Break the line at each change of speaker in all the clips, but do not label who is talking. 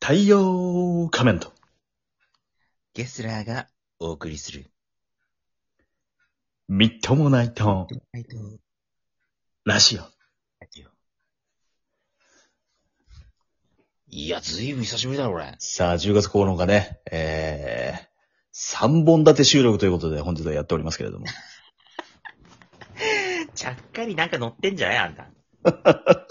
太陽仮面と、
ゲスラーがお送りする。
みっともないと、
はい、どう
ラジオ。
いや、ずいぶん久しぶりだ、俺。
さあ、10月9日ね、えー、3本立て収録ということで本日はやっておりますけれども。
ちゃっかりなんか乗ってんじゃないあんた。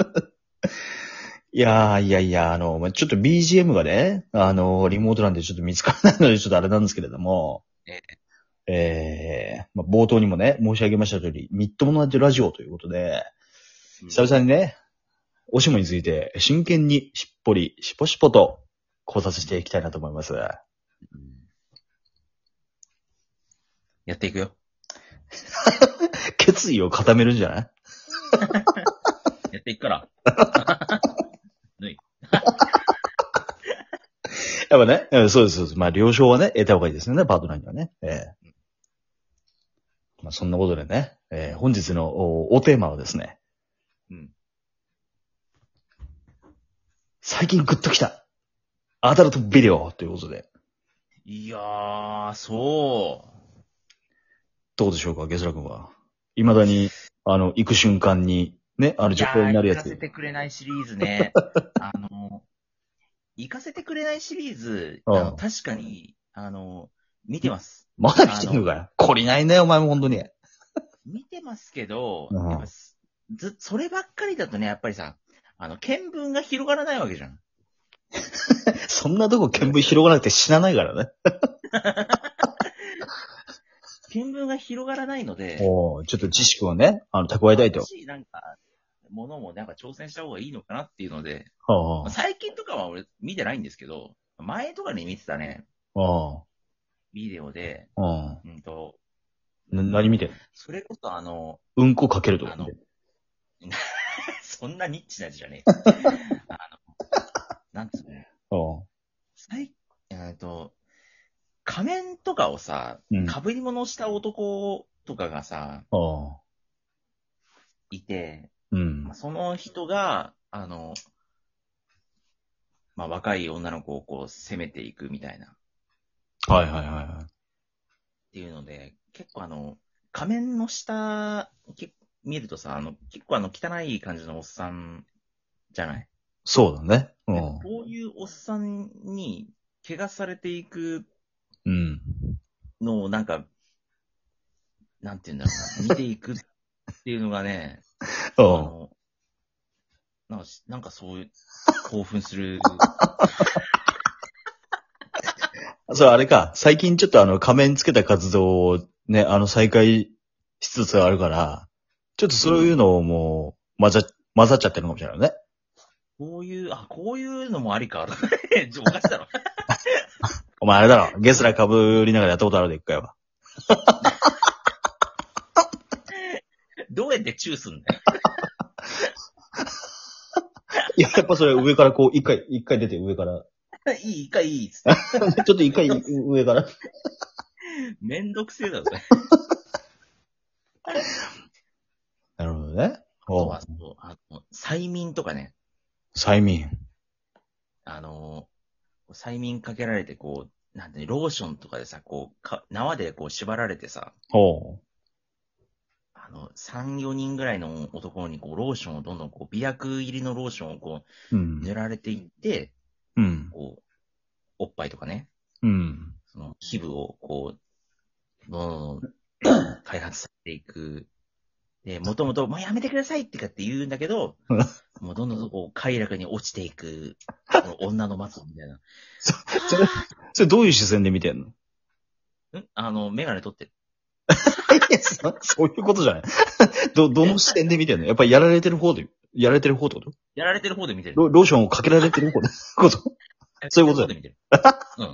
いやー、いやいや、あの、まあちょっと BGM がね、あの、リモートなんでちょっと見つからないのでちょっとあれなんですけれども、
え
えー、まあ冒頭にもね、申し上げました通り、みっともないとラジオということで、久々にね、おしもについて真剣にしっぽり、しぽしぽと考察していきたいなと思います。
うんやっていくよ。
決意を固めるんじゃない
やっていくから。
やっぱね、うんそうです、そうです。まあ、了承はね、得た方がいいですよね、パートナーにはね。ええまあ、そんなことでね、ええ本日のおおテーマはですね、
うん。
最近グッときた、アダルトビデオということで、
いやー、そ
どうでしょうか、ゲスラ君は。未だに、あの、行く瞬間に、ね、あ
う。
の、情報になるや
いやー行かせ
つ。
てくれないシリー ズね。あの、行かせてくれないシリーズ、あ
う
の
ん
確かに、あの、見てます。
まだ来てんのかよ。懲りないね、お前も本当に。
見てますけど、
うん
やっぱすず、そればっかりだとね、やっぱりさ、あの、見聞が広がらないわけじゃん。
そんなとこ見聞広がなくて死なないからね。
見聞が広がらないので、
おーちょっと知識をね、あの、蓄えたいと。
新しいなんか、ものもなんか挑戦した方がいいのかなっていうので、
あ
まあ最近とかは俺見てないんですけど、前とかに見てたね、
あ、あ
ビデオで、
あ、ああ。
うんと、
な何見てんの
それこそあの、
うんこかけるとか見てんの。
そんなニッチなやつじ ゃねえ。あの、なんつうの
ああ
最、えっと、仮面とかをさ、
うん
被り物をした男とかがさ、
ああ。
いて、
うん
まあ。その人が、あの、まあ、若い女の子をこう攻めていくみたいな、っ
はいはいは
ていうので、結構あの、仮面の下、け見るとさ、あの、結構あの、汚い感じのおっさんじゃない、
い。そうだね。
でこういうおっさんに、怪我されていく
うん。うん。
のをなんか、なんて言うんだろうな、見ていくっていうのがね、あ
あ
の、なんかし、なんかそういう、興奮する。
あ。それあれか、最近ちょっとあの仮面つけた活動をね、あの再開しつつあるから、ちょっとそういうのをもう混ざ、混ざっちゃってるのかもしれないね。
こういう、あ、こういうのもありか。 じゃあおかしいだろ。
お前あれだろ、ゲスラ被りながらやったことあるで一回は。
どうやってチューすんだよ。
いや、やっぱそれ上からこう、一回、一回出て上 から。
いい、いいか、いいっつって。
ちょっと一回上から。
めんどくせえだろ、それ。
なるほどね。お
そうそうあの催眠とかね。
催眠。
あの、催眠かけられて、こう、なんていうのローションとかでさ、こう、か縄でこう縛られてさ、
おう
あの、3、4人ぐらいの男に、こう、ローションをどんどん、こう、美薬入りのローションをこ
う
う、
ん
塗。られていって、
うん。
こう、おっぱいとかね、
うん。
その、皮膚を、こう、どんどん開発されていく。で、もともと、もうやめてくださいってかって言うんだけど、もうどんどんこう、快楽に落ちていく、この女の末みたいな。
それ、それど ういう視線で見てんの
んあの、メガネ取ってる。
いやそそういうことじゃない。 ど、どの視点で見てんのやっぱりやられてる方で、やられてる方ってこと
やられてる方で見てる。
ロローションをかけられてる方でことそういうことだよ
で見てる。うん。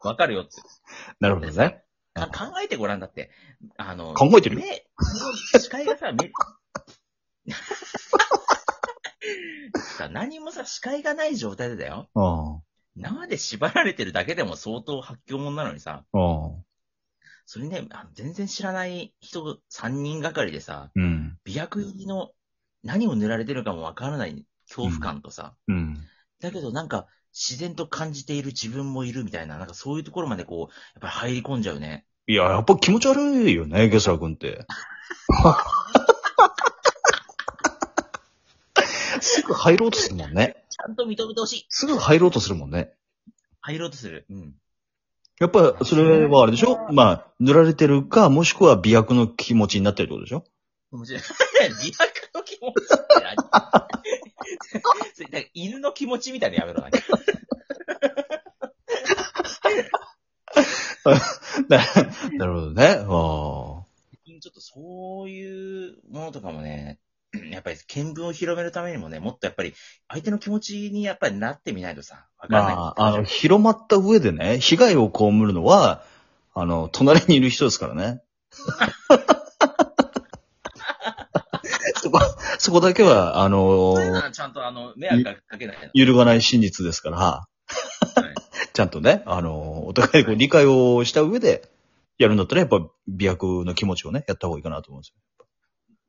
わかるよって。
なるほどね。
か考えてごらんだって。あの、
考えてるよ
目、視界が さ、目、さ何もさ、視界がない状態でだよ。
あ
縄で縛られてるだけでも相当発狂者なのにさ、
あ、ああ、
それね、あの全然知らない人3人がかりでさ、
うん。
美薬入りの何を塗られてるかもわからない恐怖感とさ、
うん。
だけどなんか自然と感じている自分もいるみたいな、なんかそういうところまでこう、やっぱり入り込んじゃうね。
いや、やっぱ気持ち悪いよね、ゲスラ君 って。すぐ入ろうとするもんね。
ちゃんと認めてほしい。
すぐ入ろうとするもんね。
入ろうとする。うん。
やっぱ、それはあれでしょまあ、塗られてるか、もしくは美白の気持ちになってるってことでしょ
面白い。自白の気持ちって何 それなんか犬の気持ちみたいなのやめろ、なんか
ななるほどね。あ
ちょっとそういうものとかもね、 やっぱり見聞を広めるためにもね、もっとやっぱり相手の気持ちにやっぱりなってみないとさ、わ
あ
かん
ま
ない。
あ、あの、広まった上でね、被害を被るのは、あの、隣にいる人ですからね。そこ、そこだけは、あの
そういうのはちゃんとあの、迷惑かけないの。
揺るがない真実ですから、
はい
ちゃんとね、あの、お互いこう理解をした上で、やるんだったら、やっぱ、美白の気持ちをね、やった方がいいかなと思うんです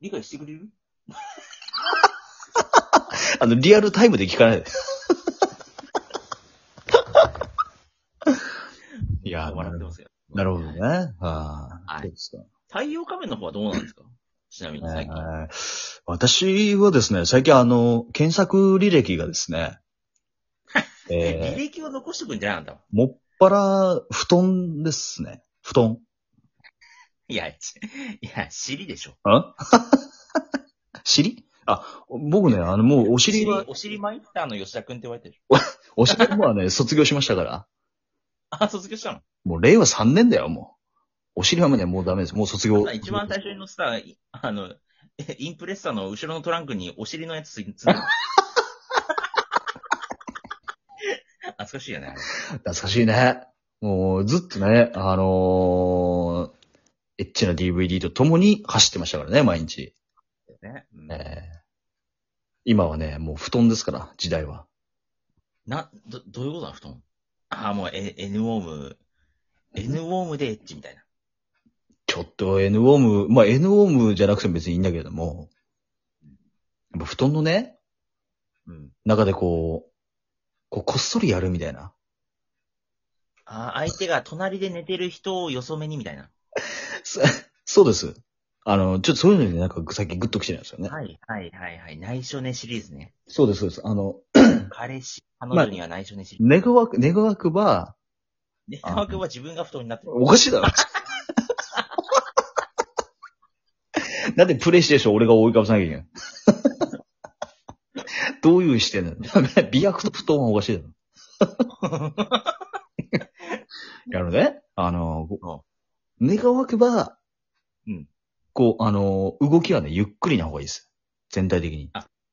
理解してくれる
よ。あの、リアルタイムで聞か ないで。いや、
笑ってますよ。
なるほど
はい
ね。は
はい
い。そうですか
太陽仮面の方はどうなんですかちなみに最近。
えー私はですね、最近あの、検索履歴がです ね、
え履
えー、
歴を残してくんじゃないんだわ。
もっぱら、布団ですね。布団。
いや、ちいや、尻でしょ。
ん 尻あ、僕ね、あの、もうお尻は、
お尻マイスターの吉田くんって言われてる。
お尻はもう ね、卒業しましたから。
あ、卒業したの
もう令和3年だよ、もう。お尻はもうね、もうダメです。もう卒業
あ。一番最初に載せた、いあの、えインプレッサーの後ろのトランクにお尻のやつ積んでる。懐かしいよね。あれ
懐かしいね。もう、ずっとね、あのー、エッチな DVD と共に走ってましたからね、毎日。
ねうん
えー今はね、もう布団ですから、時代は。
な、ど、どういうことなの布団。ああ、もう、え、N ウォーム、N ウォームでエッチみたいな。
ちょっと N ウォーム、まあ N ウォームじゃなくても別にいいんだけれども、やっぱ布団のね、
うん。
中でこう、こうこっそりやるみたいな。
ああ、相手が隣で寝てる人をよそ目にみたいな。
そそうです。あの、ちょっとそういうのになんか最近グッときてるんですよね。
はい、はい、はい、はい。内緒寝シリーズね。
そうです、そうです。あの、
彼氏、彼女には内緒寝シリーズ。
願わく、願わくば、
ね、川君は自分が布団になってる。
おかしいだろ。 なんでプレイしてる人俺が覆いかぶさなきゃいけないの どういう視点なの 美白と布団はおかしいだろ。 やるね。あの、こ願わくば、
うん
こう、あの、動きはね、ゆっくりな方がいいです。全体的に。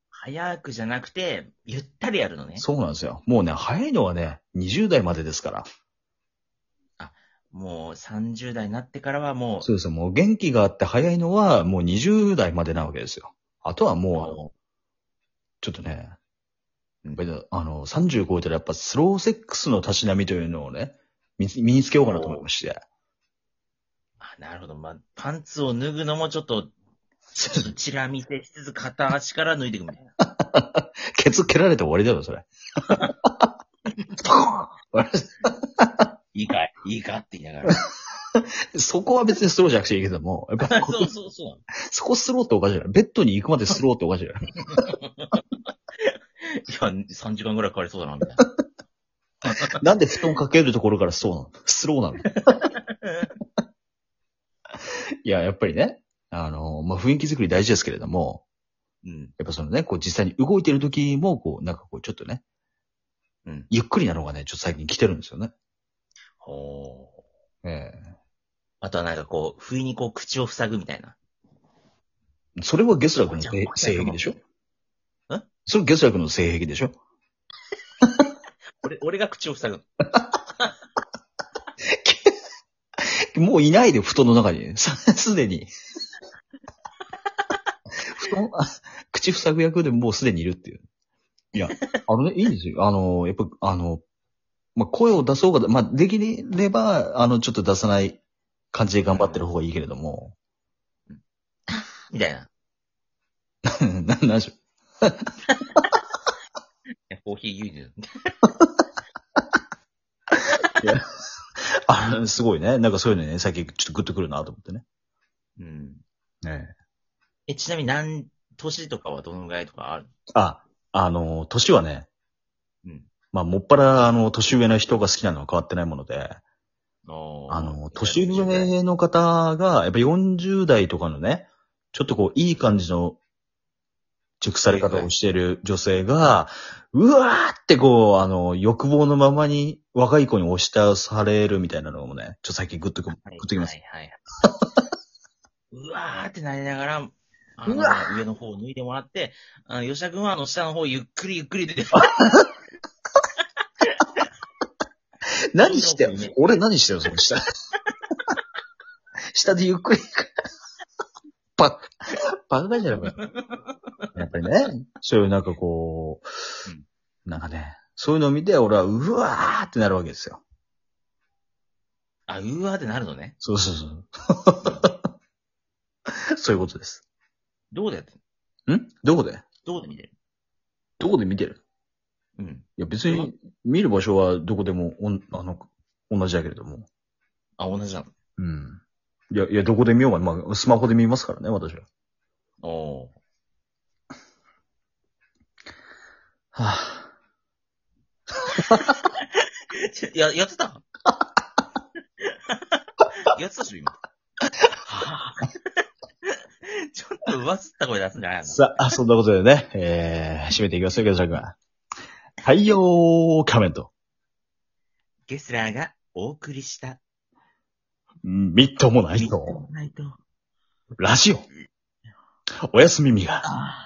早くじゃなくて、ゆったりやるのね。
そうなんですよ。もうね、早いのはね、20代までですから。
もう30代になってからはも
そうですよ。もう元気があって早いのは、もう20代までなわけですよ。あとはもう、あの、ちょっとね、
うん
あの、30超えたらやっぱスローセックスのたしなみというのをね、身に身につけようかなと思いまして。
う、あ、なるほど。まあ、パンツを脱ぐのもちょっと、
そう
チラ見せしつつ片足から脱いでいくみたいな。
ケツ蹴られて終わりだよ、それ。
いいかいいいかって言いな がら。
そこは別にスローじゃなくていいけども、やっぱこ
そうそうそう。
そこスローっておかしいな。ベッドに行くまでスローっておかしいな。
いや、3時間ぐらいかかりそうだな、みたいな。
なんで布団かけるところからそうなのスローなの いや、やっぱりね、あの、まあ、雰囲気作り大事ですけれども、
うん。
やっぱそのね、こう実際に動いてる時も、こう、なんかこう、ちょっとね、
うん。
ゆっくりなのがね、ちょっと最近来てるんですよね。
ほー。
え
あとはなんかこう、不意にこう、口を塞ぐみたいな。
えそれはゲスラ君の性性癖でしょ
え
それゲスラ君の性癖でしょ
俺、俺が口を塞ぐの。
もういないで、布団の中に。 さすでに。布団、あ口塞ぐ役でもうすでにいるっていう。いや、あのね、いいんですよ。あの、やっぱ、あの、まあ、声を出そうが、まあ、できれば、あの、ちょっと出さない感じで頑張ってる方がいいけれども、
みたいな。
な、なんでしょう。
ーヒー牛乳。
あ、すごいね。なんかそういうのね、最近ちょっとグッとくるなと思ってね。
うん。
ねえ
え、ちなみに何、年とかはどのぐらいとかある
あ、あの、年はね、
うん。
まあ、もっぱら、あの、年上の人が好きなのは変わってないもので、
あ
あの、年上の方が、やっぱ40代とかのね、ちょっとこう、いい感じの、熟され方をしている女性が、うわーってこう、あの、欲望のままに若い子に押し倒されるみたいなのもね、ちょっと最近グッとく、グ
はい
ッときます。
はい はいはいうわーってなりながら、あの
うわ
上の方を脱いでもらって、あの吉田君はあの下の方をゆっくりゆっくり出て、
何してんの
そういうのもね
俺何してんのその下。 下でゆっくり。バカ、バカじゃなくやっぱりね、そういうなんかこう、
うん
なんかね、そういうのを見て、俺はうわーってなるわけですよ。
あ、うわーってなるのね。
そうそうそう。そういうことです。
どうでやってんの
んどこで
どうで見てる
どこで見てる
うん。
いや別に、見る場所はどこでもおん、あの、同じだけれども。
あ、同じなの。
うん。いや、いや、どこで見ようかな。まあ、スマホで見ますからね、私は。
おー
はあ、
ちょ や、やってた やってたっしょ、今。 はぁちょっと上ずった声出すんじゃないの
さあ、そんなことでね、えー、締めていきますよ、ゲスラ君。太陽仮面と、
ゲスラーがお送りした。
うんみっともない
ミッ
と、
ドナイト
ラジオ。おやすみみが。
あー